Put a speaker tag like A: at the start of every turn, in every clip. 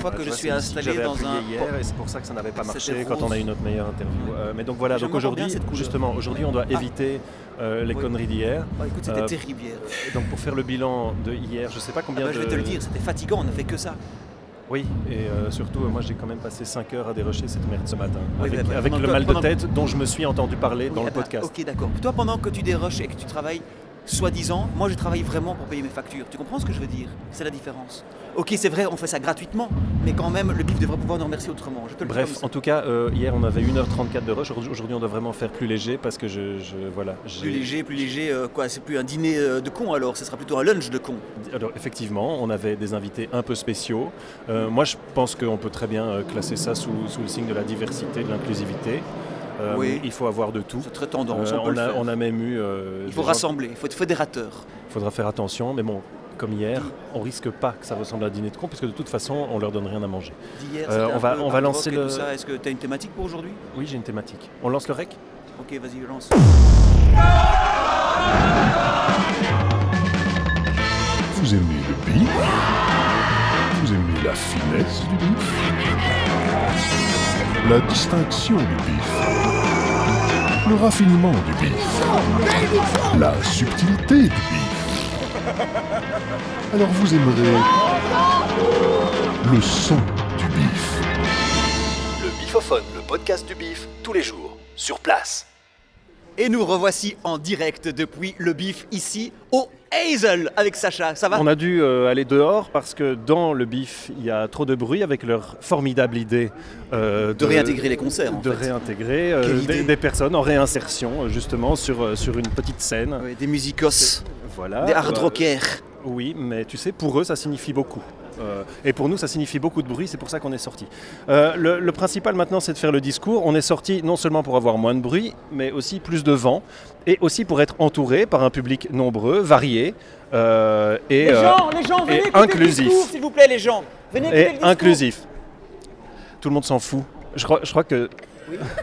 A: fois
B: Ouais,
A: que
B: tu
A: je
B: vois,
A: suis
B: c'est-
A: installé
B: j'avais
A: dans
B: appuyé
A: un.
B: hier euh, et c'est pour ça que ça n'avait pas
A: C'était
B: marché quand
A: rose.
B: on a eu notre meilleure interview. Euh, mais donc voilà,
A: J'aime
B: donc
A: encore
B: aujourd'hui,
A: bien cette couleur.
B: justement, aujourd'hui, on doit
A: Ah.
B: éviter euh, les
A: Oui.
B: conneries d'hier.
A: Oh, écoute, c'était
B: Euh,
A: terrible hier.
B: Et Donc pour faire le bilan de hier, je sais pas
A: Ah
B: combien
A: bah, Je
B: de...
A: vais te le dire, c'était fatigant, on n'a fait que ça.
B: Oui, et euh, surtout, euh, moi j'ai quand même passé 5 heures à dérocher cette merde ce matin,
A: Oui,
B: avec,
A: mais- mais
B: avec
A: pendant
B: le
A: toi-
B: mal de
A: pendant-
B: tête dont je me suis entendu parler
A: Oui,
B: dans
A: ah
B: le
A: bah,
B: podcast.
A: Ok, d'accord. Toi, pendant que tu déroches et que tu travailles, soi-disant, moi je travaille vraiment pour payer mes factures. Tu comprends ce que je veux dire C'est la différence. Ok, c'est vrai, on fait ça gratuitement, mais quand même, le bif devrait pouvoir nous remercier autrement. Je te le dis
B: Bref,
A: comme ça.
B: en tout cas, euh, hier on avait 1h34 de rush, Aujourd'hui- aujourd'hui on doit vraiment faire plus léger parce que je... je- voilà,
A: Plus
B: j'ai-
A: léger, plus léger, euh, quoi, c'est plus un dîner euh, de con alors, ce sera plutôt un lunch de con.
B: Alors effectivement, on avait des invités un peu spéciaux. Euh, moi, je pense qu'on peut très bien euh, classer ça sous, sous le signe de la diversité, de l'inclusivité. Euh,
A: Oui.
B: Il faut avoir de tout.
A: C'est très tendance,
B: Euh,
A: on peut
B: on,
A: le
B: a,
A: faire.
B: on a même eu. euh,
A: Il
B: des
A: faut
B: gens-
A: rassembler, il faut être fédérateur.
B: Il faudra faire attention, mais bon, comme hier, on risque pas que ça ressemble à un dîner de con, puisque de toute façon, on leur donne rien à manger.
A: D'hier,
B: Euh,
A: c'était
B: on
A: un
B: va-
A: peu
B: on va
A: hard rock
B: lancer
A: et
B: le-
A: tout ça. Est-ce que tu as une thématique pour aujourd'hui
B: Oui, j'ai une thématique. On lance le rec
A: Ok, vas-y, lance.
C: Vous aimez le bif Vous aimez la finesse du bif La distinction du bif Le raffinement du bif La subtilité du bif Alors vous aimerez le son du bif.
D: Le Bifophone, le podcast du bif, tous les jours, sur place.
A: Et nous revoici en direct depuis le bif ici au Hazel avec Sacha. Ça va
B: On a dû euh, aller dehors parce que dans le bif, il y a trop de bruit avec leur formidable idée euh,
A: De réintégrer les concerts. en
B: de
A: fait.
B: réintégrer euh,
A: Quelle idée.
B: des, des personnes en réinsertion euh, justement sur, euh, sur une petite scène.
A: Oui, des musicos,
B: Voilà.
A: des hard
B: Euh,
A: rockers.
B: oui, mais tu sais, pour eux, ça signifie beaucoup. Euh, et pour nous, ça signifie beaucoup de bruit, c'est pour ça qu'on est sorti. Euh, le, le principal maintenant, c'est de faire le discours. On est sorti non seulement pour avoir moins de bruit, mais aussi plus de vent, et aussi pour être entouré par un public nombreux, varié, euh, et,
E: Les
B: euh,
E: gens, les gens, venez
B: et
E: écouter
B: inclusif.
E: le discours, s'il vous plaît, les gens. Venez écouter
B: et
E: le discours.
B: inclusif. Tout le monde s'en fout. Je crois, je crois que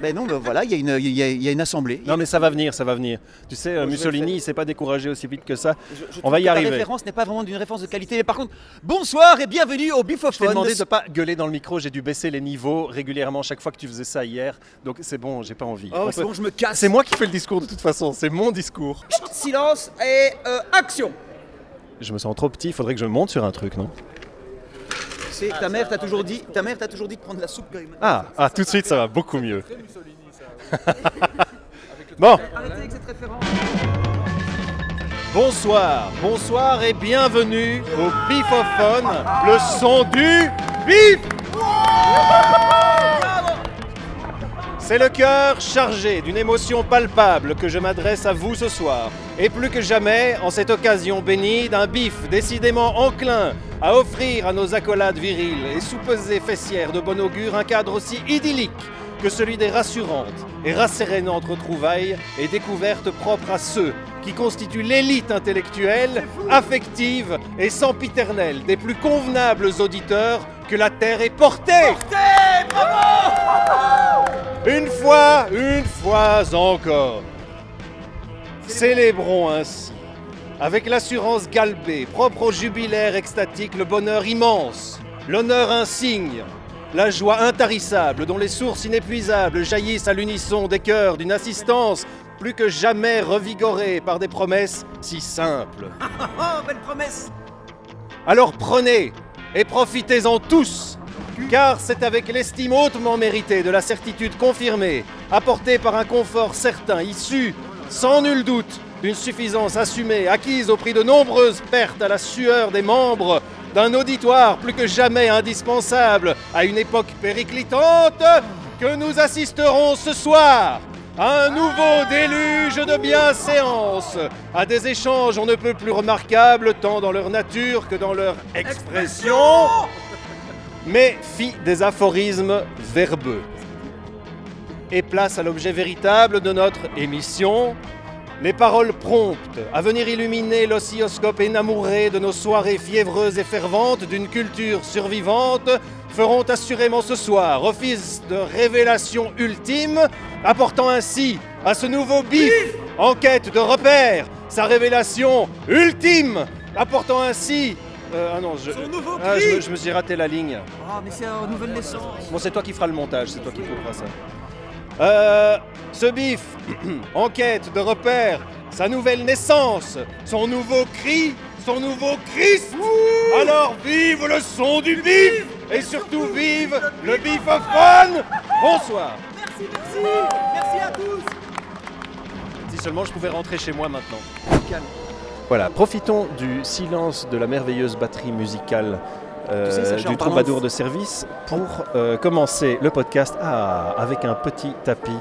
A: Ben non, ben voilà, il y, a une- il y a- il y a une assemblée.
B: Non mais ça va venir, ça va venir. Tu sais, euh,
A: vais le
B: Mussolini,
A: faire.
B: il s'est pas découragé aussi vite que ça.
A: Je- je
B: on
A: trouve
B: va
A: que
B: y
A: ta
B: arriver.
A: référence n'est pas vraiment d'une référence de qualité. Mais par contre, bonsoir et bienvenue au
B: Je t'ai
A: Bifophone.
B: demandé de pas gueuler dans le micro, j'ai dû baisser les niveaux régulièrement chaque fois que tu faisais ça hier. Donc c'est bon, j'ai pas envie.
A: Oh,
B: On
A: c'est
B: peut-
A: bon, je me casse.
B: C'est moi qui fais le discours de toute façon, c'est mon discours.
E: Chut, Silence et euh, action.
B: Je me sens trop petit, il faudrait que je monte sur un truc, non
A: Tu sais que ta mère t'a toujours dit, ta mère t'a toujours dit de prendre la soupe quand même.
B: Ah, ah, tout de suite ça va beaucoup mieux. Bon. Bonsoir, bonsoir et bienvenue au Bifophone, le son du bif C'est le cœur chargé d'une émotion palpable que je m'adresse à vous ce soir. Et plus que jamais, en cette occasion bénie d'un bif décidément enclin à offrir à nos accolades viriles et soupesées fessières de bon augure un cadre aussi idyllique que celui des rassurantes et rassérénantes retrouvailles et découvertes propres à ceux qui constituent l'élite intellectuelle, affective et sempiternelle des plus convenables auditeurs que la Terre ait portés. Une fois, une fois encore. Célébrons ainsi, avec l'assurance galbée, propre au jubilaire extatique, le bonheur immense, l'honneur insigne, la joie intarissable dont les sources inépuisables jaillissent à l'unisson des cœurs d'une assistance plus que jamais revigorée par des promesses si simples.
A: Oh, belle promesse.
B: Alors prenez et profitez-en tous, car c'est avec l'estime hautement méritée de la certitude confirmée, apportée par un confort certain, issu, sans nul doute, d'une suffisance assumée, acquise au prix de nombreuses pertes à la sueur des membres, d'un auditoire plus que jamais indispensable à une époque périclitante, que nous assisterons ce soir un nouveau déluge de bienséance, à des échanges on ne peut plus remarquables tant dans leur nature que dans leur expression, mais fit des aphorismes verbeux. Et place à l'objet véritable de notre émission, les paroles promptes à venir illuminer l'oscilloscope énamouré de nos soirées fiévreuses et ferventes d'une culture survivante feront assurément ce soir office de révélation ultime, apportant ainsi à ce nouveau bif en quête de repères sa révélation ultime, apportant ainsi Euh, ah non, je,
E: Son nouveau
B: ah, je,
E: cri
B: me- je me suis raté la ligne.
A: Ah, mais c'est en nouvelle naissance.
B: Bon, c'est toi qui feras le montage, c'est toi qui couperas ça. Euh, ce bif, en quête de repères, sa nouvelle naissance, son nouveau cri, son nouveau Christ. Alors vive le son du bif et surtout vive le bifophone. Bonsoir.
E: Merci, merci Merci à tous
B: Si seulement je pouvais rentrer chez moi maintenant.
A: Calme.
B: Voilà, profitons du silence de la merveilleuse batterie musicale euh,
A: Tu sais, Sacha,
B: du
A: en parlant
B: troubadour
A: de-
B: de service pour euh, commencer le podcast ah, avec un petit tapis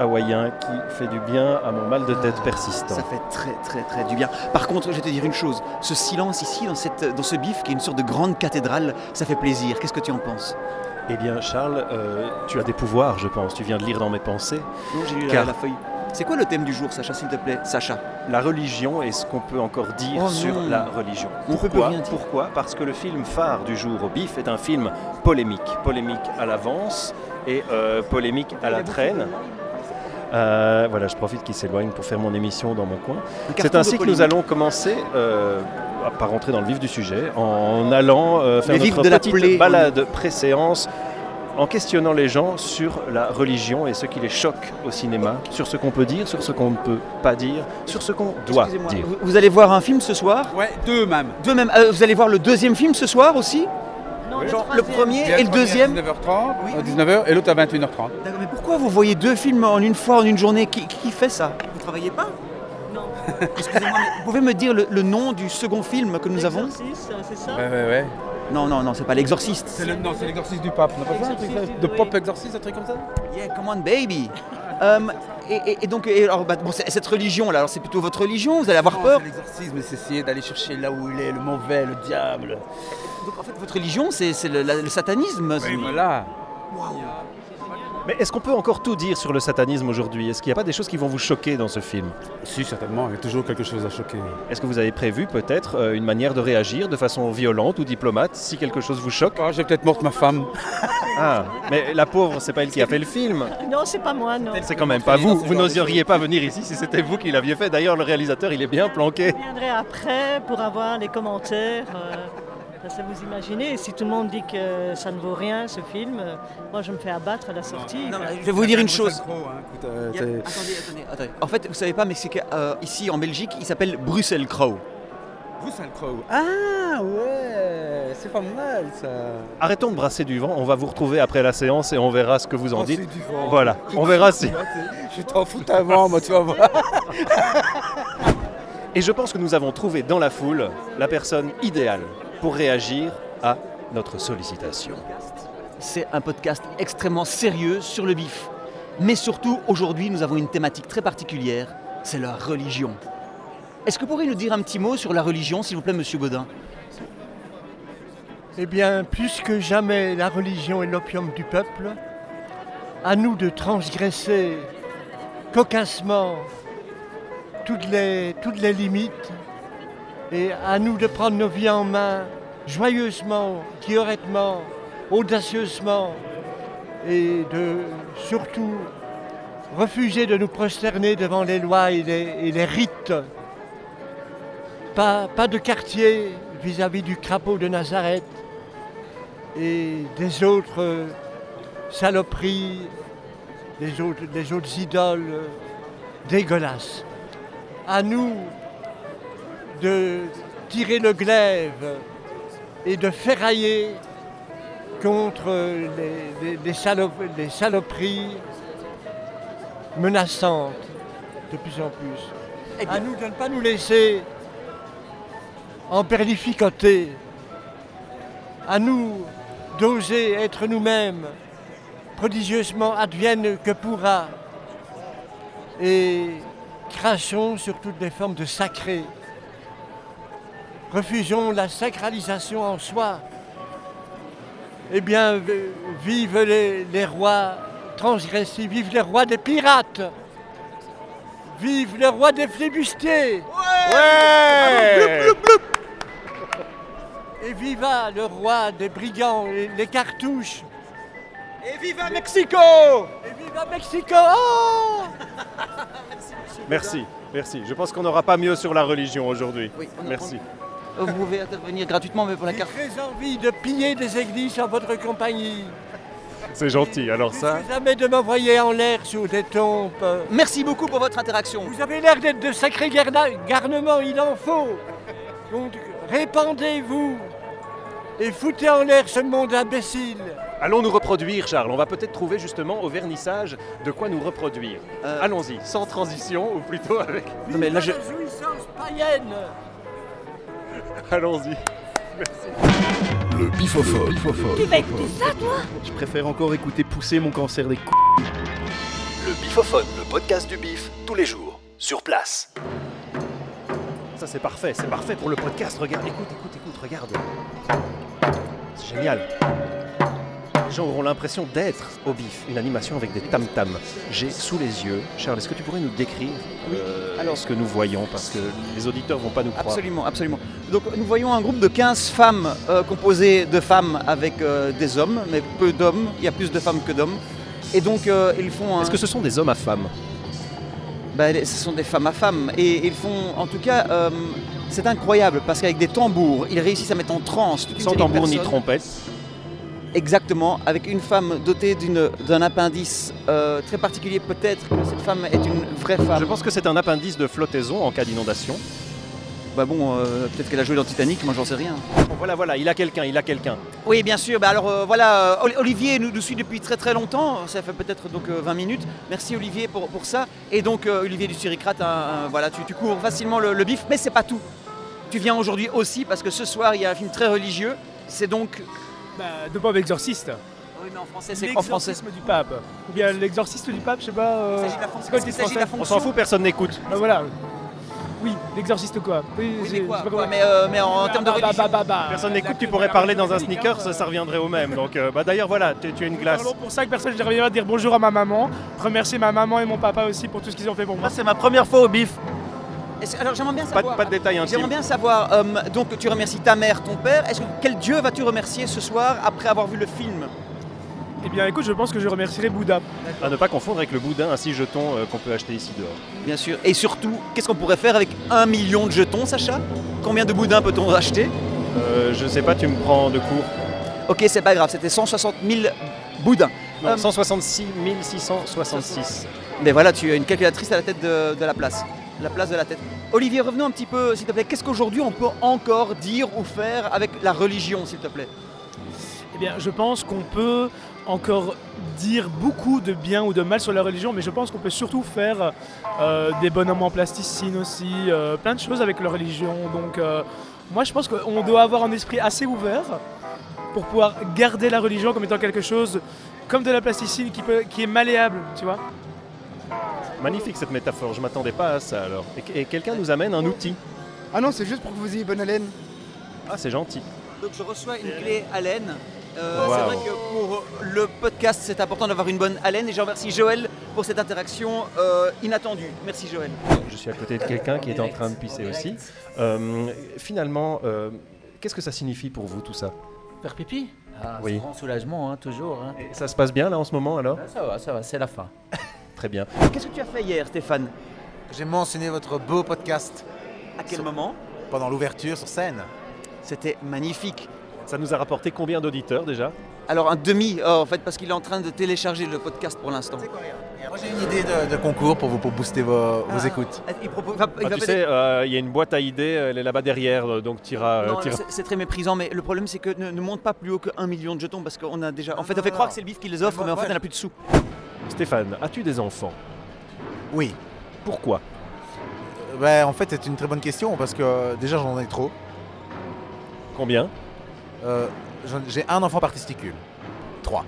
B: hawaïen qui fait du bien à mon mal de tête persistant.
A: Ça fait très très très du bien. Par contre, je vais te dire une chose. Ce silence ici, dans, cette, dans ce bif, qui est une sorte de grande cathédrale, ça fait plaisir. Qu'est-ce que tu en penses
B: Eh bien Charles, euh, tu as des pouvoirs je pense, tu viens de lire dans mes pensées.
A: Non, j'ai lu
B: Car-
A: la, la feuille. C'est quoi le thème du jour, Sacha, s'il te plaît Sacha.
B: La religion et ce qu'on peut encore dire
A: Oh non.
B: sur la religion.
A: On peut
B: Pourquoi,
A: rien dire.
B: Pourquoi Parce que le film phare du jour au bif est un film polémique. Polémique à l'avance et euh, polémique à la traîne. Euh, voilà, je profite qu'il s'éloigne pour faire mon émission dans mon coin. C'est ainsi que nous allons commencer, euh, à- par rentrer dans le vif du sujet, en allant euh, faire
A: Les vifs
B: notre
A: de la
B: petite
A: plaie.
B: balade pré-séance, en questionnant les gens sur la religion et ce qui les choque au cinéma, sur ce qu'on peut dire, sur ce qu'on ne peut pas dire, sur ce qu'on doit
A: Excusez-moi,
B: dire.
A: Vous, vous allez voir un film ce soir
E: Ouais, deux même.
A: Deux même, euh, vous allez voir le deuxième film ce soir aussi
F: Non,
A: Genre le premier et le deuxième
G: à 19h30,
A: Oui,
G: à
A: oui.
G: 19h euh, et l'autre à 21h30.
A: D'accord, Mais pourquoi vous voyez deux films en une fois, en une journée qui, qui fait ça Vous travaillez pas
F: Non.
A: Excusez-moi, mais vous pouvez me dire le, le nom du second film que nous avons
F: L'exorciste, C'est ça
G: Ouais, ouais, ouais.
A: Non, non, non, c'est pas l'exorciste.
G: C'est le, non, c'est l'exorcisme du pape. On n'a pas fait un truc
F: L'exorcisme
G: ça
F: du-
G: de
F: oui.
G: pop exorcisme, un truc comme ça
A: Yeah, come on baby Hum, et, et- et donc, et alors, bah, bon, c'est- cette religion là, alors c'est plutôt votre religion, vous allez avoir peur.
G: L'exorcisme, c'est essayer d'aller chercher là où il est, le mauvais, le diable.
A: Donc en fait, votre religion, c'est c'est le, la- le satanisme. c'est-
G: voilà.
B: Mais est-ce qu'on peut encore tout dire sur le satanisme aujourd'hui Est-ce qu'il n'y a pas des choses qui vont vous choquer dans ce film
G: Si, certainement, il y a toujours quelque chose à choquer.
B: Est-ce que vous avez prévu peut-être euh, une manière de réagir de façon violente ou diplomate si quelque chose vous choque
G: Oh, j'ai peut-être morte ma femme.
B: Ah, mais la pauvre, c'est pas elle qui a fait le film
F: Non, c'est pas moi, non.
B: C'est quand même pas vous. Vous n'oseriez pas venir ici si c'était vous qui l'aviez fait. D'ailleurs, le réalisateur, il est bien planqué.
F: Je viendrai après pour avoir les commentaires. euh, parce que vous imaginez, si tout le monde dit que ça ne vaut rien, ce film, euh, moi je me fais abattre à la sortie.
A: Non, mais je vais vous dire une chose.
G: Euh,
A: Il y a- Attendez, attendez, attendez. En fait, vous savez pas, mais c'est que, euh, ici en Belgique, il s'appelle Bruxelles Crow.
G: Bruxelles Crow. Ah, ouais, c'est pas mal ça.
B: Arrêtons de brasser du vent. On va vous retrouver après la séance et on verra ce que
A: Oh,
B: vous en
H: Oh,
B: dites. Voilà, on verra si.
G: Je t'en fous avant, moi, tu vas voir.
B: Et je pense que nous avons trouvé dans la foule la personne idéale pour réagir à notre sollicitation.
A: C'est un podcast extrêmement sérieux sur le bif. Mais surtout, aujourd'hui, nous avons une thématique très particulière, c'est la religion. Est-ce que vous pourriez nous dire un petit mot sur la religion, s'il vous plaît, monsieur Godin
I: Eh bien, plus que jamais, la religion est l'opium du peuple. À nous de transgresser cocassement toutes les, toutes les limites et à nous de prendre nos vies en main joyeusement, théoriquement, audacieusement et de surtout refuser de nous prosterner devant les lois et les, et les rites. Pas, pas de quartier vis-à-vis du crapaud de Nazareth et des autres euh, saloperies, des autres, des autres idoles euh, dégueulasses. À nous de tirer le glaive et de ferrailler contre euh, les, les- les salop- les saloperies menaçantes de plus en plus. À nous de ne pas nous laisser emperlificoter à nous d'oser être nous-mêmes, prodigieusement advienne que pourra, et crachons sur toutes les formes de sacré. Refusons la sacralisation en soi. Eh bien, v- vive les, les rois transgressifs, vive les rois des pirates, vive les rois des flibustiers. Et viva le roi des brigands, les, les cartouches
E: Et viva Mexico
I: Et viva Mexico Oh
B: Merci, merci. Je pense qu'on n'aura pas mieux sur la religion aujourd'hui.
A: Oui, on-
B: Merci.
A: Vous pouvez intervenir gratuitement, mais pour la
I: J'ai
A: carte.
I: très envie de piller des églises en votre compagnie.
B: C'est gentil, alors
I: Je
B: ça.
I: suis jamais de m'envoyer en l'air sur des tombes.
A: Merci beaucoup pour votre interaction.
I: Vous avez l'air d'être de sacrés garna- garnements, il en faut. Donc répandez-vous et foutez en l'air ce monde imbécile.
B: Allons nous reproduire, Charles. On va peut-être trouver justement au vernissage de quoi nous reproduire.
A: Euh,
B: Allons-y, sans transition, ou plutôt avec.
A: Non, mais là,
I: Vive la jouissance païenne.
B: Allons-y.
C: Le bifophone.
H: Je préfère encore écouter pousser mon cancer des couilles.
D: Le Bifophone, le podcast du bif, tous les jours, sur place.
B: Ça, c'est parfait, c'est parfait pour le podcast. Regarde, écoute, écoute, écoute, regarde. C'est génial. Les gens auront l'impression d'être au bif, une animation avec des tam-tams. J'ai sous les yeux, Charles, est-ce que tu pourrais nous décrire euh,
A: alors-
B: ce que nous voyons Parce que les auditeurs vont pas nous croire.
A: Absolument, absolument. Donc nous voyons un groupe de 15 femmes euh, composé de femmes avec euh, des hommes, mais peu d'hommes. Il y a plus de femmes que d'hommes. Et donc euh, ils font un...
B: Est-ce que ce sont des hommes à femmes
A: Bah, les- ce sont des femmes à femmes. Et ils font, en tout cas, euh, c'est incroyable parce qu'avec des tambours, ils réussissent à mettre en transe. toute une
B: Sans
A: série de
B: tambour ni
A: personnes.
B: trompette.
A: Exactement, avec une femme dotée d'une- d'un appendice euh, très particulier. Peut-être que cette femme est une vraie femme.
B: Je pense que c'est un appendice de flottaison en cas d'inondation.
A: Bah bon, euh, peut-être qu'elle a joué dans Titanic, moi j'en sais rien.
B: Bon, Voilà, voilà, il a quelqu'un, il a quelqu'un.
A: Oui, bien sûr. Bah alors euh, voilà, euh, Oli- Olivier nous, nous suit depuis très très longtemps. Ça fait peut-être donc euh, 20 minutes. Merci Olivier pour, pour ça. Et donc euh, Olivier du Suricrate, hein, hein, voilà, tu, tu cours facilement le, le bif, mais c'est pas tout. Tu viens aujourd'hui aussi parce que ce soir il y a un film très religieux. C'est donc.
J: Bah, de Bob Exorciste.
A: Oui, mais en français, c'est en français.
J: L'exorcisme du pape. Ou bien l'exorciste du pape, je sais pas. euh,
A: Il s'agit de la fonction.
J: c'est quoi le
A: il
J: titre
A: s'agit de la
J: français
B: On
A: fonction.
B: s'en fout, personne n'écoute.
J: Bah, voilà. Oui, l'exorciste quoi. Oui,
A: Oui,
J: j'ai-
A: mais
J: je
A: quoi,
J: sais pas
A: quoi,
J: comment-
A: mais, euh, mais en, en termes de
J: Bah, bah,
A: religion.
J: bah, bah, bah,
B: Personne
H: Ah,
J: la
B: n'écoute, tu
J: queue
B: pourrais
J: de la
B: parler dans un
J: religion
B: sneaker, ça,
J: catholique,
B: ça
J: hein,
B: reviendrait au même. Donc, euh, bah, d'ailleurs, voilà, tu, tu as une
J: euh,
B: glace.
J: parlons pour ça que personne ne reviendra dire bonjour à ma maman, remercier ma maman et mon papa aussi pour tout ce qu'ils ont fait pour moi.
H: Moi, c'est ma première fois au bif.
J: bah,
A: Est-ce- Alors j'aimerais bien
B: Pas,
A: savoir.
B: de- pas de détails intimes.
A: J'aimerais bien savoir, euh, donc tu remercies ta mère, ton père, est-ce que quel dieu vas-tu remercier ce soir après avoir vu le film
J: Eh bien écoute, je pense que je remercierai Bouddha.
B: À ne pas confondre avec le boudin à 6 jetons euh, qu'on peut acheter ici dehors.
A: Bien sûr. Et surtout, qu'est-ce qu'on pourrait faire avec un million de jetons, Sacha Combien de boudins peut-on acheter
B: Euh, je sais pas, tu me prends de court.
A: Ok, c'est pas grave, c'était 160 000 boudins.
B: Non,
A: Euh,
B: 166 666.
A: Mais voilà, tu as une calculatrice à la tête de, de la place. La place de la tête. Olivier, revenons un petit peu, s'il te plaît. Qu'est-ce qu'aujourd'hui on peut encore dire ou faire avec la religion, s'il te plaît
J: Eh bien je pense qu'on peut encore dire beaucoup de bien ou de mal sur la religion, mais je pense qu'on peut surtout faire euh, des bonhommes en plasticine aussi, euh, plein de choses avec la religion. Donc euh, moi je pense qu'on doit avoir un esprit assez ouvert pour pouvoir garder la religion comme étant quelque chose comme de la plasticine qui, peut, qui est malléable, tu vois.
B: Magnifique cette métaphore, je m'attendais pas à ça alors. Et, et quelqu'un nous amène un outil.
G: Ah non, c'est juste pour que vous ayez bonne haleine.
B: Ah, c'est gentil.
A: Donc je reçois une clé haleine. Euh,
B: Wow.
A: C'est vrai que pour le podcast, c'est important d'avoir une bonne haleine. Et je remercie Joël pour cette interaction euh, inattendue. Merci Joël.
B: Je suis à côté de quelqu'un qui est en train de pisser aussi. Euh, finalement, euh, qu'est-ce que ça signifie pour vous tout ça
K: Faire pipi Ah,
B: Oui.
K: c'est grand soulagement, hein, toujours. hein.
B: Et Ça se passe bien là en ce moment alors
K: Ah, Ça va, ça va, c'est la fin.
B: Très bien.
A: Qu'est-ce que tu as fait hier, Stéphane
H: J'ai mentionné votre beau podcast
A: À quel moment
H: pendant l'ouverture sur scène.
A: C'était magnifique.
B: Ça nous a rapporté combien d'auditeurs déjà
A: Alors un demi, euh, en fait, parce qu'il est en train de télécharger le podcast pour l'instant.
H: Moi, j'ai une idée de, de concours pour vous pour booster vos,
G: Ah.
H: vos écoutes.
A: Il propose- il va- il
B: Ah,
A: va
B: Tu
A: peut-être-
B: sais, euh, il y a une boîte à idées, elle est là-bas derrière, euh, donc t'iras. euh,
A: Non,
B: t'iras-
A: c'est- c'est très méprisant, mais le problème c'est que ne, ne monte pas plus haut que 1 million de jetons parce qu'on a déjà. En fait, on
H: non,
A: fait
H: non,
A: croire
H: non.
A: que c'est le bif qui les offre,
H: Mais moi,
A: mais en fait,
H: moi,
A: on n'a plus de sous.
B: Stéphane, as-tu des enfants
H: Oui.
B: Pourquoi
H: Euh, ben, en fait, c'est une très bonne question parce que euh, déjà, j'en ai trop.
B: Combien
H: Euh, j'en- j'ai un enfant par testicule. Trois.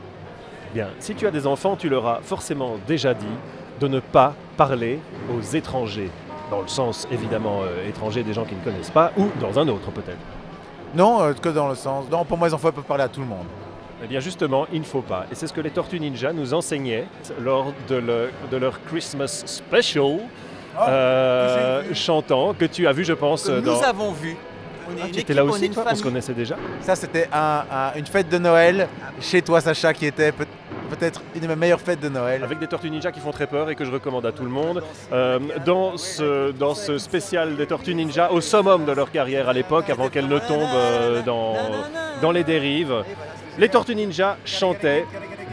B: Bien, si tu as des enfants, tu leur as forcément déjà dit de ne pas parler aux étrangers. Dans le sens évidemment euh, étranger des gens qui ne connaissent pas, ou dans un autre peut-être.
H: Non, euh, que dans le sens. Non, pour moi, les enfants peuvent parler à tout le monde.
B: Eh bien justement, il ne faut pas. Et c'est ce que les Tortues Ninja nous enseignaient lors de, le- de leur Christmas Special,
A: Ah,
B: euh,
H: que j'ai vu.
B: chantant, que tu as vu je pense
A: Que
B: dans...
A: nous avons vu. On est
B: Ah,
A: une
B: tu étais là
A: équipe, on est
B: aussi,
A: une
B: toi On se
A: famille.
B: connaissait déjà
H: Ça, c'était un- un- une fête de Noël chez toi, Sacha, qui était peut- peut-être une de mes meilleures fêtes de Noël.
B: Avec des tortues ninja qui font très peur et que je recommande à tout le monde. Euh, dans, ce, dans ce spécial des tortues ninja, au summum de leur carrière à l'époque, avant qu'elles ne tombent euh, dans, dans les dérives, les tortues ninja chantaient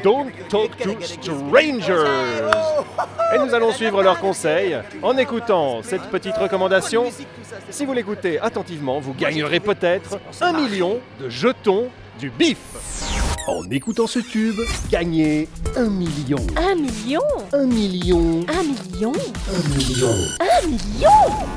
B: Don't Talk to Strangers. Et nous allons suivre leurs conseils en écoutant cette petite recommandation. Si vous l'écoutez attentivement, vous gagnerez peut-être un million de jetons du bif.
F: En écoutant ce tube, gagnez un million.
I: Un million
F: Un million.
I: Un million
F: Un million.
I: Un million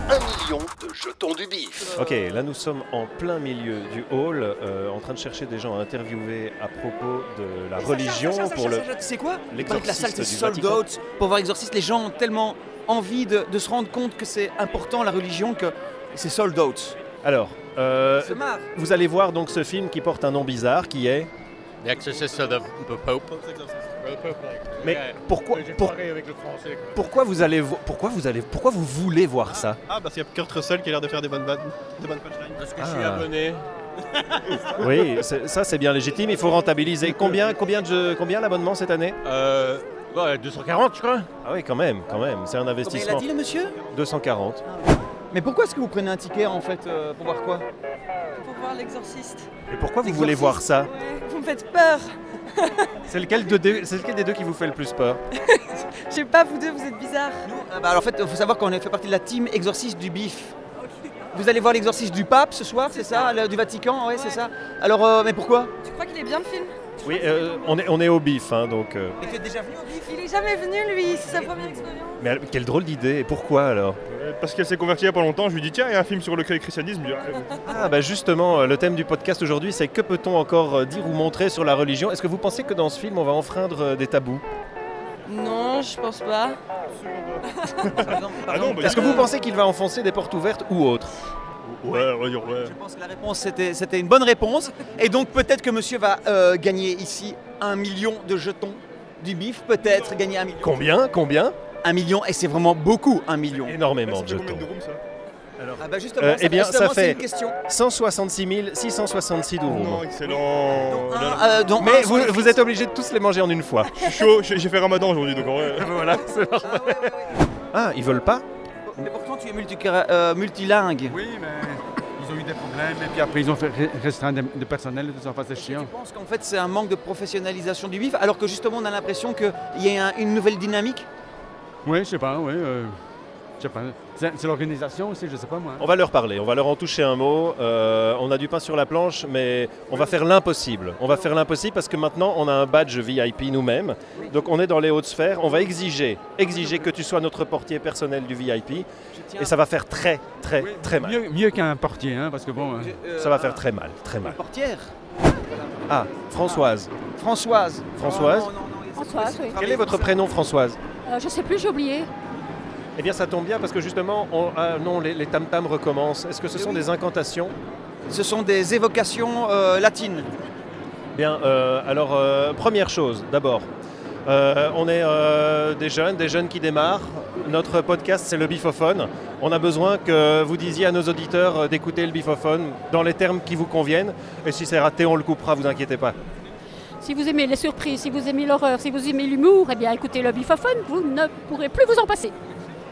F: Un million de jetons du bif.
B: Ok, là nous sommes en plein milieu du hall, euh, en train de chercher des gens à interviewer à propos de la religion pour le.
A: Tu sais quoi Il paraît que la salle
B: l'exorciste
A: c'est
B: du
A: sold out.
B: Vatican.
A: Pour voir Exorciste, les gens ont tellement envie de, de se rendre compte que c'est important la religion que c'est sold out.
B: Alors, euh,
A: Se marre.
B: vous allez voir donc ce film qui porte un nom bizarre qui est.
L: The Exorcist of the, the Pope.
B: Mais pourquoi, pour- pourquoi vous allez vo- pourquoi vous allez pourquoi vous voulez voir ça
E: Ah, parce qu'il y a Kurt Russell qui a l'air de faire des bonnes, vannes- des bonnes punchlines. Parce que
B: je suis Ah.
E: abonné.
B: Oui, c'est- ça c'est bien légitime. Il faut rentabiliser. Combien combien de jeux- combien l'abonnement cette année 240 je crois. Ah oui quand même quand même c'est un
A: Combien il
B: investissement.
A: a dit le monsieur
B: 240.
A: Mais pourquoi est-ce que vous prenez un ticket en fait euh, pour voir quoi
M: Pour voir l'exorciste.
B: Mais pourquoi vous voulez voir ça
M: Vous me faites peur.
B: C'est lequel, de deux- c'est lequel des deux qui vous fait le plus peur
M: Je sais pas, vous deux, vous êtes bizarres.
A: Ah bah, alors, en fait, il faut savoir qu'on fait partie de la team Exorciste du Bif. Vous allez voir l'exorciste du pape ce soir, c'est ça, le- Du Vatican, ouais, c'est ça. Alors, euh, mais pourquoi
M: Tu crois qu'il est bien le film
B: Oui, euh, on, est, on est au bif, hein, donc. euh,
A: Il est déjà venu au bif
M: Il est jamais venu, lui, c'est sa première expérience.
B: Mais alors, quelle drôle d'idée, et pourquoi alors
E: Parce qu'elle s'est convertie il y a pas longtemps, je lui dis tiens, il y a un film sur le christianisme.
B: Ah bah justement, euh, le thème du podcast aujourd'hui, c'est que peut-on encore euh, dire ou montrer sur la religion Est-ce que vous pensez que dans ce film, on va enfreindre euh, des tabous
M: Non, je pense pas.
B: Ah non, Est-ce que vous pensez qu'il va enfoncer des portes ouvertes ou autres
E: euh, Ouais, on va dire ouais.
A: La réponse, c'était c'était une bonne réponse. Et donc, peut-être que monsieur va euh, gagner ici un million de jetons du Bif, peut-être gagner un million.
B: Combien Combien
A: Un million, et c'est vraiment beaucoup, un million.
B: Énormément Eh, de jetons.
A: Alors, ah bah justement,
B: Euh,
A: ça,
B: eh bien,
A: justement,
B: ça
A: c'est
B: fait
A: une question.
B: 166 666 euros.
E: Non, excellent.
A: euh, dont
B: Oh Mais
A: un
B: vous,
A: sur-
B: vous êtes obligé de tous les manger en une fois.
E: Je suis chaud, j'ai j'ai fait ramadan aujourd'hui, donc en vrai.
B: voilà, c'est Ah, ils veulent pas
A: Mais pourtant, tu es multicara- euh, multilingue.
N: Oui, mais ils ont eu des problèmes et puis après ils ont fait re- restreint des, des personnels et tout ça, enfin, c'est chiant.
A: Je pense qu'en fait, c'est un manque de professionnalisation du Bif, alors que justement, on a l'impression qu'il y a un- une nouvelle dynamique.
N: Oui, je sais pas, oui. euh, je sais pas. C'est c'est l'organisation aussi, je sais pas moi.
B: On va leur parler, on va leur en toucher un mot. Euh, on a du pain sur la planche, mais on va faire l'impossible. On va faire l'impossible parce que maintenant on a un badge VIP nous-mêmes. Donc on est dans les hautes sphères. On va exiger, exiger que tu sois notre portier personnel du VIP. Et ça va faire très, très, très mal.
N: Mieux, mieux qu'un portier, hein, parce que bon. euh,
B: Ça va faire très mal, très mal.
A: Portière
B: Ah, Françoise.
A: Françoise.
B: Françoise.
I: Françoise, oui.
B: Quel est votre prénom, Françoise
I: Euh, Je sais plus, j'ai oublié.
B: Eh bien, ça tombe bien parce que justement, on- ah non, les, les tam-tams recommencent. Est-ce que ce sont des incantations
A: Ce sont des évocations euh, latines.
B: Bien, euh, alors euh, première chose, d'abord, Euh, on est euh, des jeunes, des jeunes qui démarrent. Notre podcast, c'est le bifophone. On a besoin que vous disiez à nos auditeurs euh, d'écouter le bifophone dans les termes qui vous conviennent. Et si c'est raté, on le coupera, vous inquiétez pas.
I: Si vous aimez les surprises, si vous aimez l'horreur, si vous aimez l'humour, eh bien écoutez le bifophone, vous ne pourrez plus vous en passer.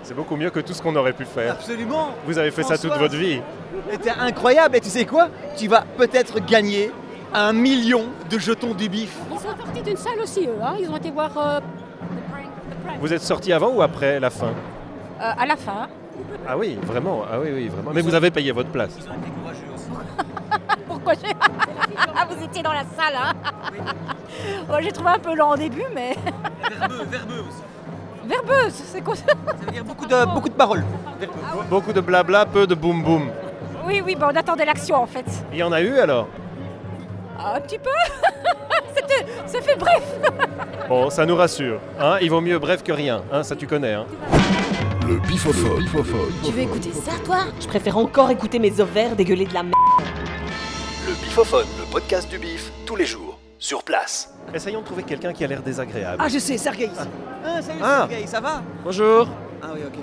B: C'est beaucoup mieux que tout ce qu'on aurait pu faire.
A: Absolument.
B: Vous avez fait ça toute
A: Françoise.
B: votre vie.
A: Et T'es incroyable et tu sais quoi Tu vas peut-être gagner un million de jetons du bif.
I: Ils sont partis d'une salle aussi, eux. hein. Ils ont été voir euh,
B: Vous êtes sorti avant ou après la fin
I: euh, à la fin.
B: Ah oui, vraiment. Ah oui, oui, vraiment. Mais vous avez payé votre place.
I: Pourquoi j'ai...
M: Ah,
I: vous étiez dans la salle, hein Moi, J'ai trouvé un peu lent au début, mais... Verbeuse, c'est quoi ça
A: Beaucoup de, beaucoup de paroles.
B: Beaucoup de blabla, peu de boum boum.
I: Oui, oui, bah, on attendait l'action, en fait.
B: Il y en a eu alors
I: Ah, un petit peu C'était- Ça fait bref
B: Bon, ça nous rassure. Hein Il vaut mieux bref que rien. Hein ça, tu connais. Hein
C: Le bifophone.
O: Tu veux écouter ça, toi
I: Je préfère encore écouter mes ovaires dégueuler de la merde.
F: Le bifophone, le podcast du bif, tous les jours, sur place.
B: Essayons de trouver quelqu'un qui a l'air désagréable.
A: Ah, je sais, Sergei. Ah, salut
B: Ah.
A: Sergei, ça va
B: Bonjour.
A: Ah oui, ok.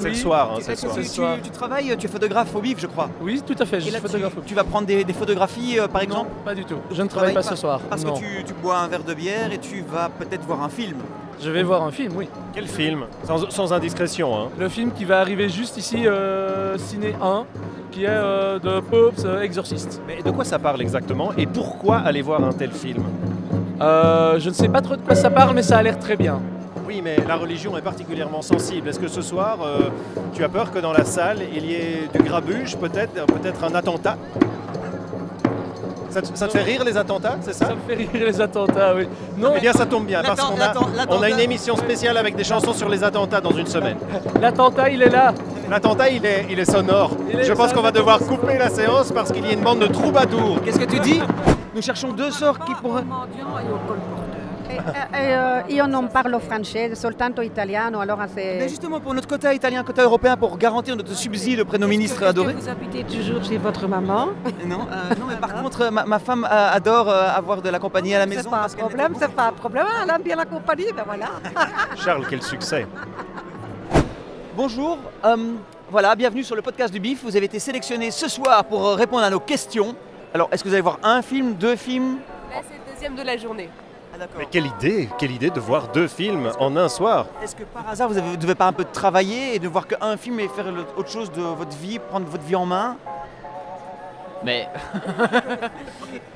P: C'est le soir, hein, c'est le
Q: Parce que
P: soir.
Q: Euh, tu-
P: C'est le soir.
Q: Tu, tu travailles, tu es photographe au BIF, je crois.
J: Oui, tout à fait, je
Q: Et là,
J: suis
Q: tu-
J: photographe au
Q: Tu, vas prendre des, des photographies, euh, par exemple
J: Pas du tout. Je ne travaille pas ce soir,
Q: Parce
J: non.
Q: que tu, tu bois un verre de bière et tu vas peut-être voir un film.
J: Je vais voir un film, oui.
B: Quel film sans, sans indiscrétion, hein.
J: Le film qui va arriver juste ici, euh, Ciné 1, qui est euh, de Pope's euh, Exorcist.
B: Mais de quoi ça parle exactement et pourquoi aller voir un tel film
J: Euh, Je ne sais pas trop de quoi ça parle, mais ça a l'air très bien.
P: Oui, mais la religion est particulièrement sensible. Est-ce que ce soir, euh, tu as peur que dans la salle, il y ait du grabuge, peut-être, euh, peut-être un attentat ça te, ça te fait rire les attentats, c'est ça Ça
J: me fait rire les attentats, oui. Non.
P: Eh bien, ça tombe bien, parce
J: L'atten-
P: qu'on a,
J: l'atten-
P: on a
J: l'attentat-
P: une émission spéciale avec des chansons sur les attentats dans une semaine.
J: L'attentat, il est là
P: L'attentat, il est, il est sonore.
Q: Il est
P: Je pense qu'on va devoir
Q: sonore.
P: couper la séance parce qu'il y a une bande de troubadours.
Q: Qu'est-ce que tu dis Nous cherchons deux sorts qui pourraient...
F: Eh, eh, io non parlo francese, soltanto italiano, allora se...
Q: Mais justement, pour notre quota italien, quota européen, pour garantir notre subside, le prénom ministre adoré. Vous habitez toujours chez votre maman Non, euh, non mais par contre, euh, ma, ma femme euh, adore euh, avoir de la compagnie à la maison.
R: C'est pas un problème, c'est pas un problème. Elle aime bien la compagnie, ben voilà.
B: Charles, quel succès
A: Bonjour, euh, voilà, bienvenue sur le podcast du BIF. Vous avez été sélectionné ce soir pour euh, répondre à nos questions. Alors, est-ce que vous allez voir un film, deux films
I: Là, c'est le deuxième de la journée. Ah, d'accord.
B: Mais quelle idée Quelle idée de voir deux films en un soir
A: Est-ce que par hasard, vous ne devez pas un peu travailler et ne voir qu'un film et faire le- autre chose de votre vie, prendre votre vie en main Mais...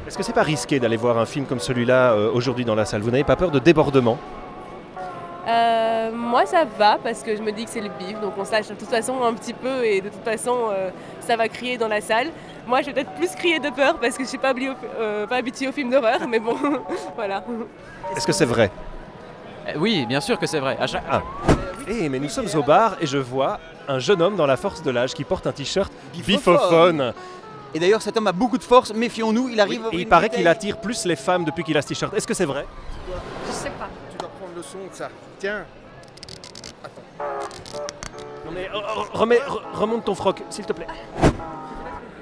B: Est-ce que c'est pas risqué d'aller voir un film comme celui-là euh, aujourd'hui dans la salle Vous n'avez pas peur de débordement
I: Euh, moi, ça va parce que je me dis que c'est le bif, donc on se lâche de toute façon un petit peu et de toute façon, euh, ça va crier dans la salle. Moi, je vais peut-être plus crier de peur parce que je suis pas, habli- euh, pas habituée aux films d'horreur, mais bon, voilà.
B: Est-ce que c'est vrai
S: Eh Oui, bien sûr que c'est vrai.
B: Ah. Eh, mais nous sommes au bar et je vois un jeune homme dans la force de l'âge qui porte un t-shirt bifophone.
A: Et d'ailleurs, cet homme a beaucoup de force, méfions-nous, il arrive...
B: Et il paraît qu'il attire plus les femmes depuis qu'il a ce t-shirt. Est-ce que c'est vrai
R: Je sais pas. Tu dois prendre le son de ça. Tiens.
B: Remets- euh, re- remonte ton froc, s'il te plaît.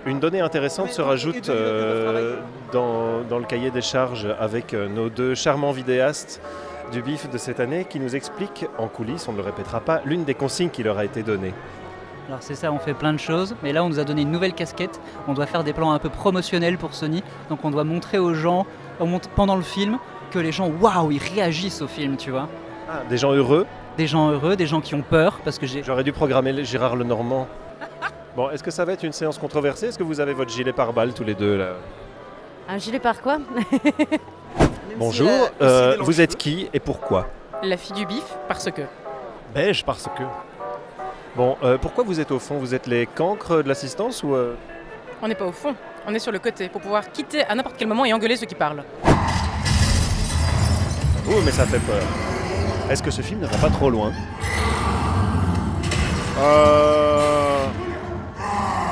B: Une donnée intéressante se rajoute euh, dans, dans le cahier des charges avec euh, nos deux charmants vidéastes du BIF de cette année qui nous expliquent en coulisses, on ne le répétera pas, l'une des consignes qui leur a été donnée.
T: Alors c'est ça, on fait plein de choses, mais là on nous a donné une nouvelle casquette, on doit faire des plans un peu promotionnels pour Sony, donc on doit montrer aux gens, on montre pendant le film, que les gens, waouh, ils réagissent au film, tu vois.
B: Des gens heureux
T: Des gens heureux, des gens qui ont peur, parce que j'ai...
B: J'aurais dû programmer le- Gérard Lenormand. Bon, est-ce que ça va être une séance controversée Est-ce que vous avez votre gilet pare-balles tous les deux là
U: Un gilet par quoi
B: Bonjour, euh, vous êtes qui et pourquoi
U: La fille du bif, parce que.
B: Beige parce que. Bon, euh, pourquoi vous êtes au fond Vous êtes les cancres de l'assistance ou euh,
U: On n'est pas au fond, on est sur le côté pour pouvoir quitter à n'importe quel moment et engueuler ceux qui parlent.
B: Oh, mais ça fait peur. Est-ce que ce film ne va pas trop loin
E: Euh,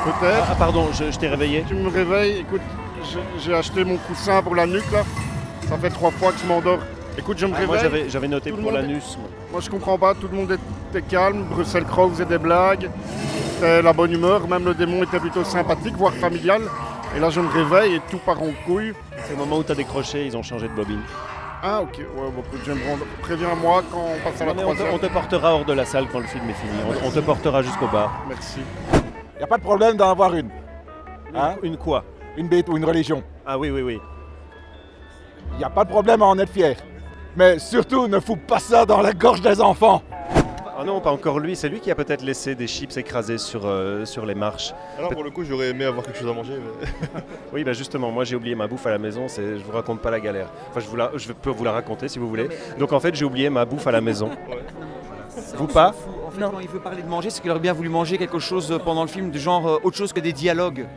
E: Peut-être.
B: Ah, pardon, je, t'ai réveillé.
E: Tu me réveilles, écoute, j'ai- j'ai acheté mon coussin pour la nuque là. Ça fait trois fois que je m'endors. Écoute, je me
B: Ah,
E: réveille.
B: moi, j'avais- j'avais noté
E: Tout le
B: pour
E: monde-
B: l'anus, moi.
E: Moi je comprends pas, tout le monde était calme. Bruxelles Crowe faisait des blagues, c'était la bonne humeur, même le démon était plutôt sympathique, voire familial. Et là je me réveille et tout part en couille.
B: C'est le moment où t'as décroché, ils ont changé de bobine.
E: Ah ok, ouais, bon, écoute, je vais me rendre. Préviens-moi quand on passe à la
B: Non, mais on, te,
E: troisième.
B: on te portera hors de la salle quand le film est fini. On, on te portera jusqu'au bar.
E: Merci.
H: Il n'y a pas de problème d'en avoir une.
E: Ah.
H: Hein?
B: une quoi
H: Une bête ou une religion.
B: Ah oui, oui, oui.
H: Il n'y a pas de problème à en être fier. Mais surtout, ne fous pas ça dans la gorge des enfants.
B: Ah non, pas encore lui. C'est lui qui a peut-être laissé des chips écrasées sur, euh, sur les marches.
E: Alors,
B: pour
E: le coup, j'aurais aimé avoir quelque chose à manger.
B: oui, bah justement, moi j'ai oublié ma bouffe à la maison. C'est, je vous raconte pas la galère. Enfin, je, vous la- je peux vous la raconter si vous voulez. Donc en fait, j'ai oublié ma bouffe à la maison. Vous pas
A: En fait, quand il veut parler de manger, c'est qu'il aurait bien voulu manger quelque chose euh, pendant le film, du genre euh, autre chose que des dialogues.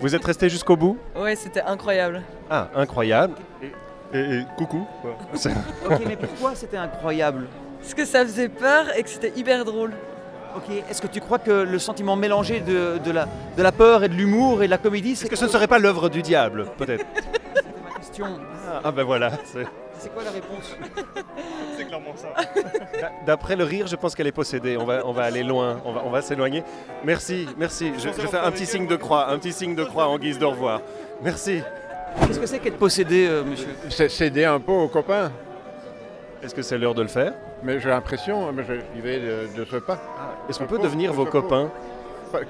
B: Vous êtes resté jusqu'au bout
V: Ouais, c'était incroyable.
B: Ah, incroyable.
E: Et, coucou.
A: Ok, mais pourquoi c'était incroyable
V: Parce que ça faisait peur et que c'était hyper drôle.
A: Ok, est-ce que tu crois que le sentiment mélangé de, de la, de la peur et de l'humour et de la comédie, c'est
B: Est-ce que ce ne serait pas l'œuvre du diable, peut-être
A: la question
B: Ah ben voilà. c'est-
A: C'est quoi la réponse
E: C'est clairement ça.
B: D'a- D'après le rire, je pense qu'elle est possédée. On va, on va aller loin, on va, on va s'éloigner. Merci, merci. Je, je fais un petit signe de croix, un petit signe de croix en guise de revoir. Merci.
A: Qu'est-ce que c'est qu'être possédé, euh, monsieur
E: Céder un peu aux copains.
B: Est-ce que c'est l'heure de le faire
E: Mais j'ai l'impression, mais je j'y vais de, de ce pas.
B: Est-ce qu'on peut devenir vos copains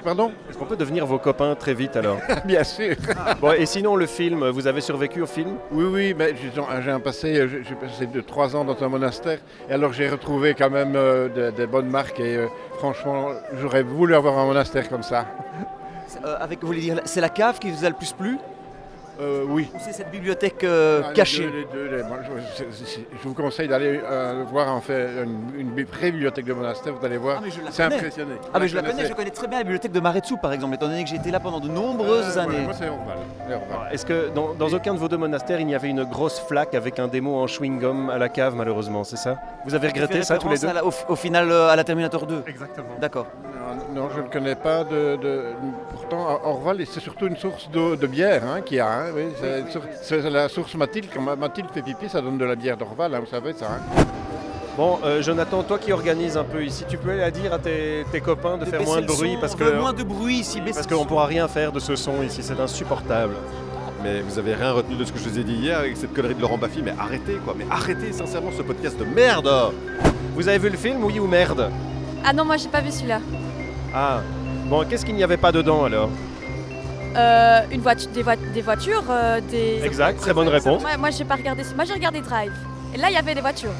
E: Pardon
B: Est-ce qu'on peut devenir vos copains très vite alors
E: Bien sûr.
B: Bon, et sinon le film, vous avez survécu au film
E: Oui, oui, mais disons, j'ai un passé, euh, j'ai j'ai passé de trois ans dans un monastère, et alors j'ai retrouvé quand même euh, de- des bonnes marques, et euh, franchement, j'aurais voulu avoir un monastère comme ça.
A: Euh, avec, vous voulez dire, c'est la cave qui vous a le plus plu
E: Oui.
A: Ou c'est cette bibliothèque euh, cachée
E: Ah, Les deux, les deux, les- moi, je, je- je- je vous conseille d'aller euh, voir en fait une, une bi- vraie bibliothèque de monastère, vous allez voir,
A: Ah, mais je la
E: c'est
A: connais.
E: impressionné.
A: Ah, mais je la connais, je connais très bien la bibliothèque de Maretsu, par exemple, étant donné que j'ai été là pendant de nombreuses
E: Euh, voilà,
A: années.
E: moi, c'est Orval. C'est Orval.
B: Est-ce que dans, dans aucun de vos deux monastères, il n'y avait une grosse flaque avec un démo en chewing-gum à la cave, malheureusement, c'est ça Vous avez
A: Tu fais
B: regretté ça tous les
A: référence
B: deux
A: à la- au, au final, euh, à la Terminator 2
E: Exactement.
A: D'accord.
E: Non, je ne connais pas de. de- Pourtant, à Orval, c'est surtout une source d'eau- de bière hein, qu'il y a. hein, oui, c'est une source- c'est la source Mathilde. Quand Ma- Mathilde fait pipi, ça donne de la bière d'Orval, hein, vous savez ça. hein.
B: Bon, euh, Jonathan, toi qui organise un peu ici, tu peux la dire à tes, tes copains de, faire
A: baisser
B: moins
A: le
B: de bruit
A: son,
B: parce
A: on
B: que
A: veut moins de bruit ici, baisser
B: parce
A: le
B: qu'on
A: son.
B: pourra rien faire de ce son ici, c'est insupportable.
J: Mais vous avez rien retenu de ce que je vous ai dit hier avec cette connerie de Laurent Baffy, mais arrêtez quoi, mais arrêtez sincèrement ce podcast de merde
B: Vous avez vu le film, oui ou merde
W: Ah non, moi j'ai pas vu celui-là.
B: Ah, bon, qu'est-ce qu'il n'y avait pas dedans alors
W: Euh, une voiture, des, voi- des voitures, euh, des.
B: Exact, très bonne réponse.
W: Moi, moi, j'ai pas regardé. ce- Moi j'ai regardé Drive. Et là il y avait des voitures.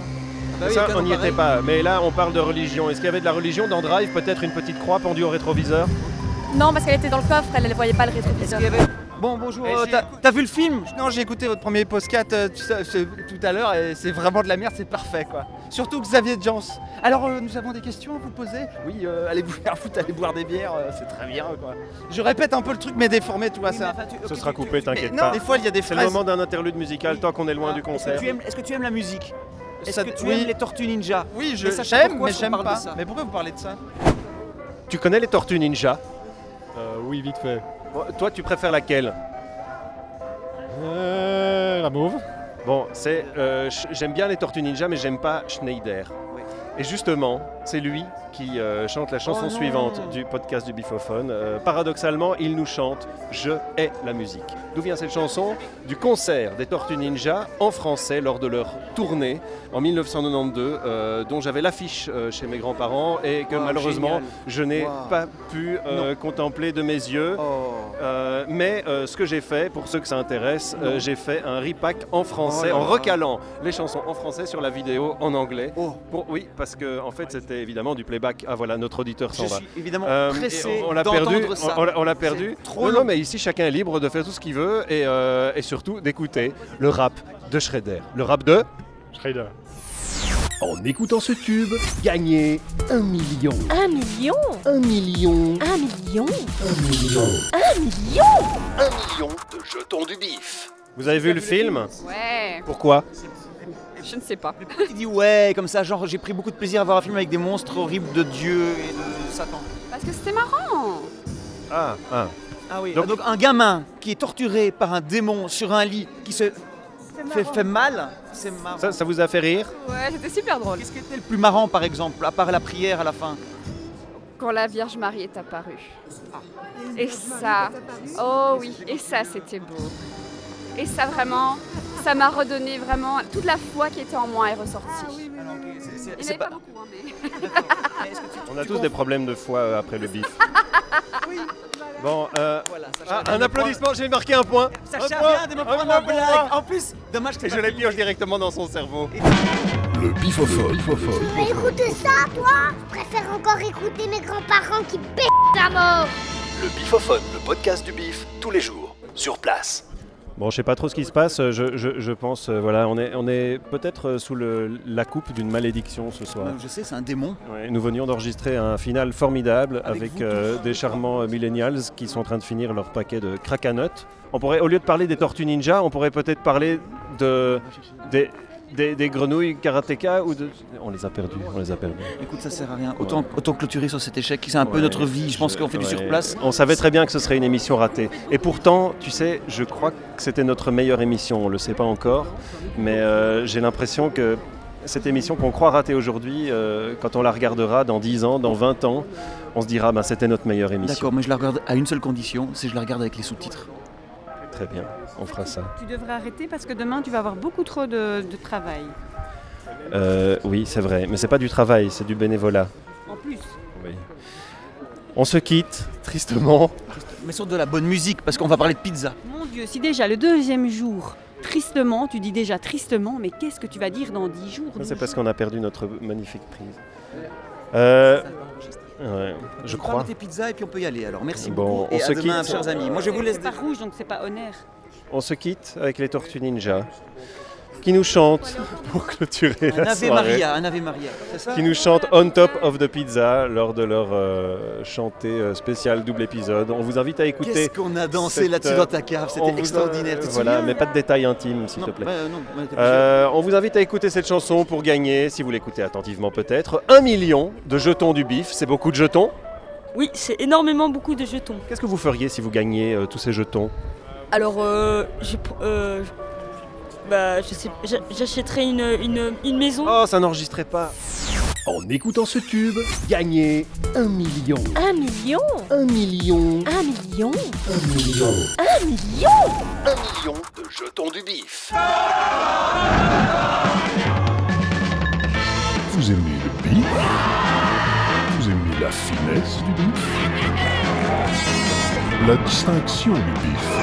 H: Ah
B: ça, on n'y était pas, mais là, on parle de religion. Est-ce qu'il y avait de la religion dans Drive Peut-être une petite croix pendue au rétroviseur
W: Non, parce qu'elle était dans le coffre, elle ne voyait pas le rétroviseur.
H: Bon, bonjour, euh, t'as t'as vu le film Non, j'ai écouté votre premier podcast euh, tout ça- ce- tout à l'heure et c'est vraiment de la merde, c'est parfait quoi. Surtout Xavier Jans. Alors, euh, nous avons des questions à vous poser Oui, euh, allez vous faire foutre, allez boire des bières, euh, c'est très bien quoi. Je répète un peu le truc, mais déformé, tu vois ça.
B: Ce sera coupé, t'inquiète
H: non,
B: pas.
H: des fois, il y a des
B: C'est le
H: phrases.
B: moment d'un interlude musical, tant qu'on est loin du
A: Ah, Est-ce que
B: concert.
A: tu aimes- Est-ce que tu aimes la musique Est-ce
H: Ça-
A: que tu
H: oui.
A: aimes les Tortues Ninja
H: Oui, je
A: Et sachez
H: j'aime,
A: pourquoi
H: mais
A: est-ce qu'on
H: j'aime
A: parle de
H: pas.
A: ça
H: Mais pourquoi vous parlez de ça
B: Tu connais les Tortues Ninja
J: Euh, Oui, vite fait.
B: Bon, Toi, tu préfères laquelle
J: Euh, La mauve.
B: Bon, c'est. euh, ch- j'aime bien les Tortues Ninja, mais j'aime pas Schneider. Et justement, c'est lui qui euh, chante la chanson
J: Oh non.
B: suivante du podcast du Bifophone. Euh, paradoxalement, il nous chante Je hais la musique. D'où vient cette chanson Du concert des Tortues Ninja en français lors de leur tournée en 1992, euh, dont j'avais l'affiche euh, chez mes grands-parents et que
A: Ah,
J: Wow,
B: malheureusement
J: génial.
B: je n'ai
J: Wow.
B: pas pu euh, contempler de mes yeux.
A: Oh.
B: Euh, mais euh, ce que j'ai fait, pour ceux que ça intéresse, euh, j'ai fait un repack en français,
J: Oh là
B: en
J: là.
B: recalant les chansons en français sur la vidéo en anglais.
J: Oh.
B: Pour- oui, parce que en fait c'était évidemment du playback. Ah voilà, notre auditeur s'en
A: Je
B: va.
A: suis évidemment
B: et
A: pressé
B: Euh, on- on l'a
A: d'entendre
B: perdu.
A: ça.
B: On, on l'a- on l'a
A: C'est
B: perdu.
A: trop
B: non, non,
A: long.
B: mais ici chacun est libre de faire tout ce qu'il veut et, euh, et surtout d'écouter le rap de Shredder. Le rap de Shredder.
J: En écoutant ce tube, gagnez un million.
X: Un million
J: Un million
X: Un million
J: Un million.
X: Un million
Y: Un million de jetons du bif.
B: Vous avez vu le film
W: Ouais.
B: Pourquoi
W: Je ne sais pas.
A: Il dit ouais, comme ça, genre j'ai pris beaucoup de plaisir à voir un film avec des monstres horribles de Dieu et de Satan.
I: Parce que c'était marrant.
B: Ah, ah.
A: Ah oui. Donc, un gamin qui est torturé par un démon sur un lit qui se fait, fait mal, c'est marrant.
B: Ça, ça vous a fait rire
I: Ouais, c'était super drôle.
A: Qu'est-ce qui était le plus marrant par exemple, à part la prière à la fin
I: Quand la Vierge Marie est apparue. Ah. Et ça, oh oui, et ça c'était beau. Et ça vraiment, ça m'a redonné vraiment toute la foi qui était en moi est ressortie. Il n'y en avait pas, beaucoup, hein, mais.
B: On a tous des problèmes de foi euh, après le bif. Bon, euh, ah, un applaudissement, j'ai marqué un point.
A: Sacha
B: Un point,
A: vient de me
B: un
A: prendre
B: point
A: ma
B: pour
A: blague.
B: moi.
A: En plus, dommage que
B: Et je l'ai pioche directement dans son cerveau.
C: Le bifophone.
X: Mais écoute ça, toi Je préfère encore écouter mes grands-parents qui pètent la mort
Y: Le bifophone, le podcast du bif, tous les jours, sur place.
B: Bon, je sais pas trop ce qui se passe. euh, Je, je- je pense, euh, voilà, on est, on est peut-être euh, sous le- la coupe d'une malédiction ce soir.
A: Euh, Je sais, c'est un démon.
B: Ouais, nous venions d'enregistrer un final formidable avec, euh, des charmants euh, millennials qui sont en train de finir leur paquet de cracanuts. On pourrait, au lieu de parler des tortues ninja, on pourrait peut-être parler de des, des- des grenouilles karatéka ou de. On les a perdus, on les a perdus.
A: Écoute, ça sert à rien. Autant, autant clôturer sur cet échec, c'est un peu notre vie. Je pense qu'on fait du
B: ouais.
A: surplace.
B: On savait très bien que ce serait une émission ratée. Et pourtant, tu sais, je crois que c'était notre meilleure émission. On le sait pas encore, mais euh, j'ai l'impression que cette émission qu'on croit ratée aujourd'hui, euh, quand on la regardera dans 10 ans, dans 20 ans, on se dira, ben, c'était notre meilleure émission.
A: D'accord, mais je la regarde à une seule condition, c'est que je la regarde avec les sous-titres.
B: Très bien, on fera ça.
F: Tu devrais arrêter parce que demain tu vas avoir beaucoup trop de, de travail.
B: Euh, oui, c'est vrai, mais c'est pas du travail, c'est du bénévolat.
I: En plus.
B: Oui. On se quitte, tristement.
A: Mais sur de la bonne musique, parce qu'on va parler de pizza.
I: Mon Dieu, si déjà le deuxième jour, tristement, tu dis déjà tristement, mais qu'est-ce que tu vas dire dans dix jours
B: C'est parce qu'on a perdu notre magnifique prise. Euh, ouais, je
A: On va
B: crois.
A: des pizzas et puis on peut y aller alors. Merci
B: Bon,
A: beaucoup
B: on
A: et à
B: se
A: demain,
B: quitte.
A: chers amis. Moi je vous laisse.
I: C'est pas rouge, donc c'est pas honneur.
B: On se quitte avec les Tortues Ninja, qui nous chantent pour clôturer
A: Un
B: la
A: Ave
B: soirée.
A: Maria, un Ave Maria, c'est ça
B: Qui nous chantent On Top of the Pizza lors de leur euh, chantée euh, spéciale double épisode. On vous invite à écouter.
A: Qu'est-ce qu'on a dansé
B: cette,
A: là-dessus
B: euh,
A: dans ta cave,
B: on vous
A: c'était
B: a-
A: extraordinaire. Tu te
B: voilà,
A: souviens
B: mais pas de détails intimes, s'il
A: Non,
B: te plaît.
A: bah, non, mais t'es
B: Euh, on vous invite à écouter cette chanson pour gagner, si vous l'écoutez attentivement peut-être, un million de jetons du bif. C'est beaucoup de jetons.
I: Oui, c'est énormément beaucoup de jetons.
B: Qu'est-ce que vous feriez si vous gagnez euh, tous ces jetons
I: Alors, euh, je, euh, bah, je sais, j'a- j'achèterais une, une, une maison.
B: Oh, ça n'enregistrait pas.
Z: En écoutant ce tube, gagnez un million.
I: Un million
Z: Un million
I: Un million
Z: Un million.
I: Un million
Z: Un million de jetons du bif.
C: Vous aimez le bif Vous aimez la finesse du bif La distinction du bif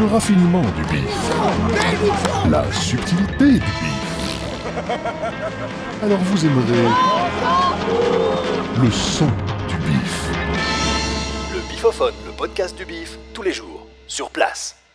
C: Le raffinement du bif La subtilité du bif Alors vous aimerez le son
Z: Le Bifophone, le podcast du bif, tous les jours, sur place.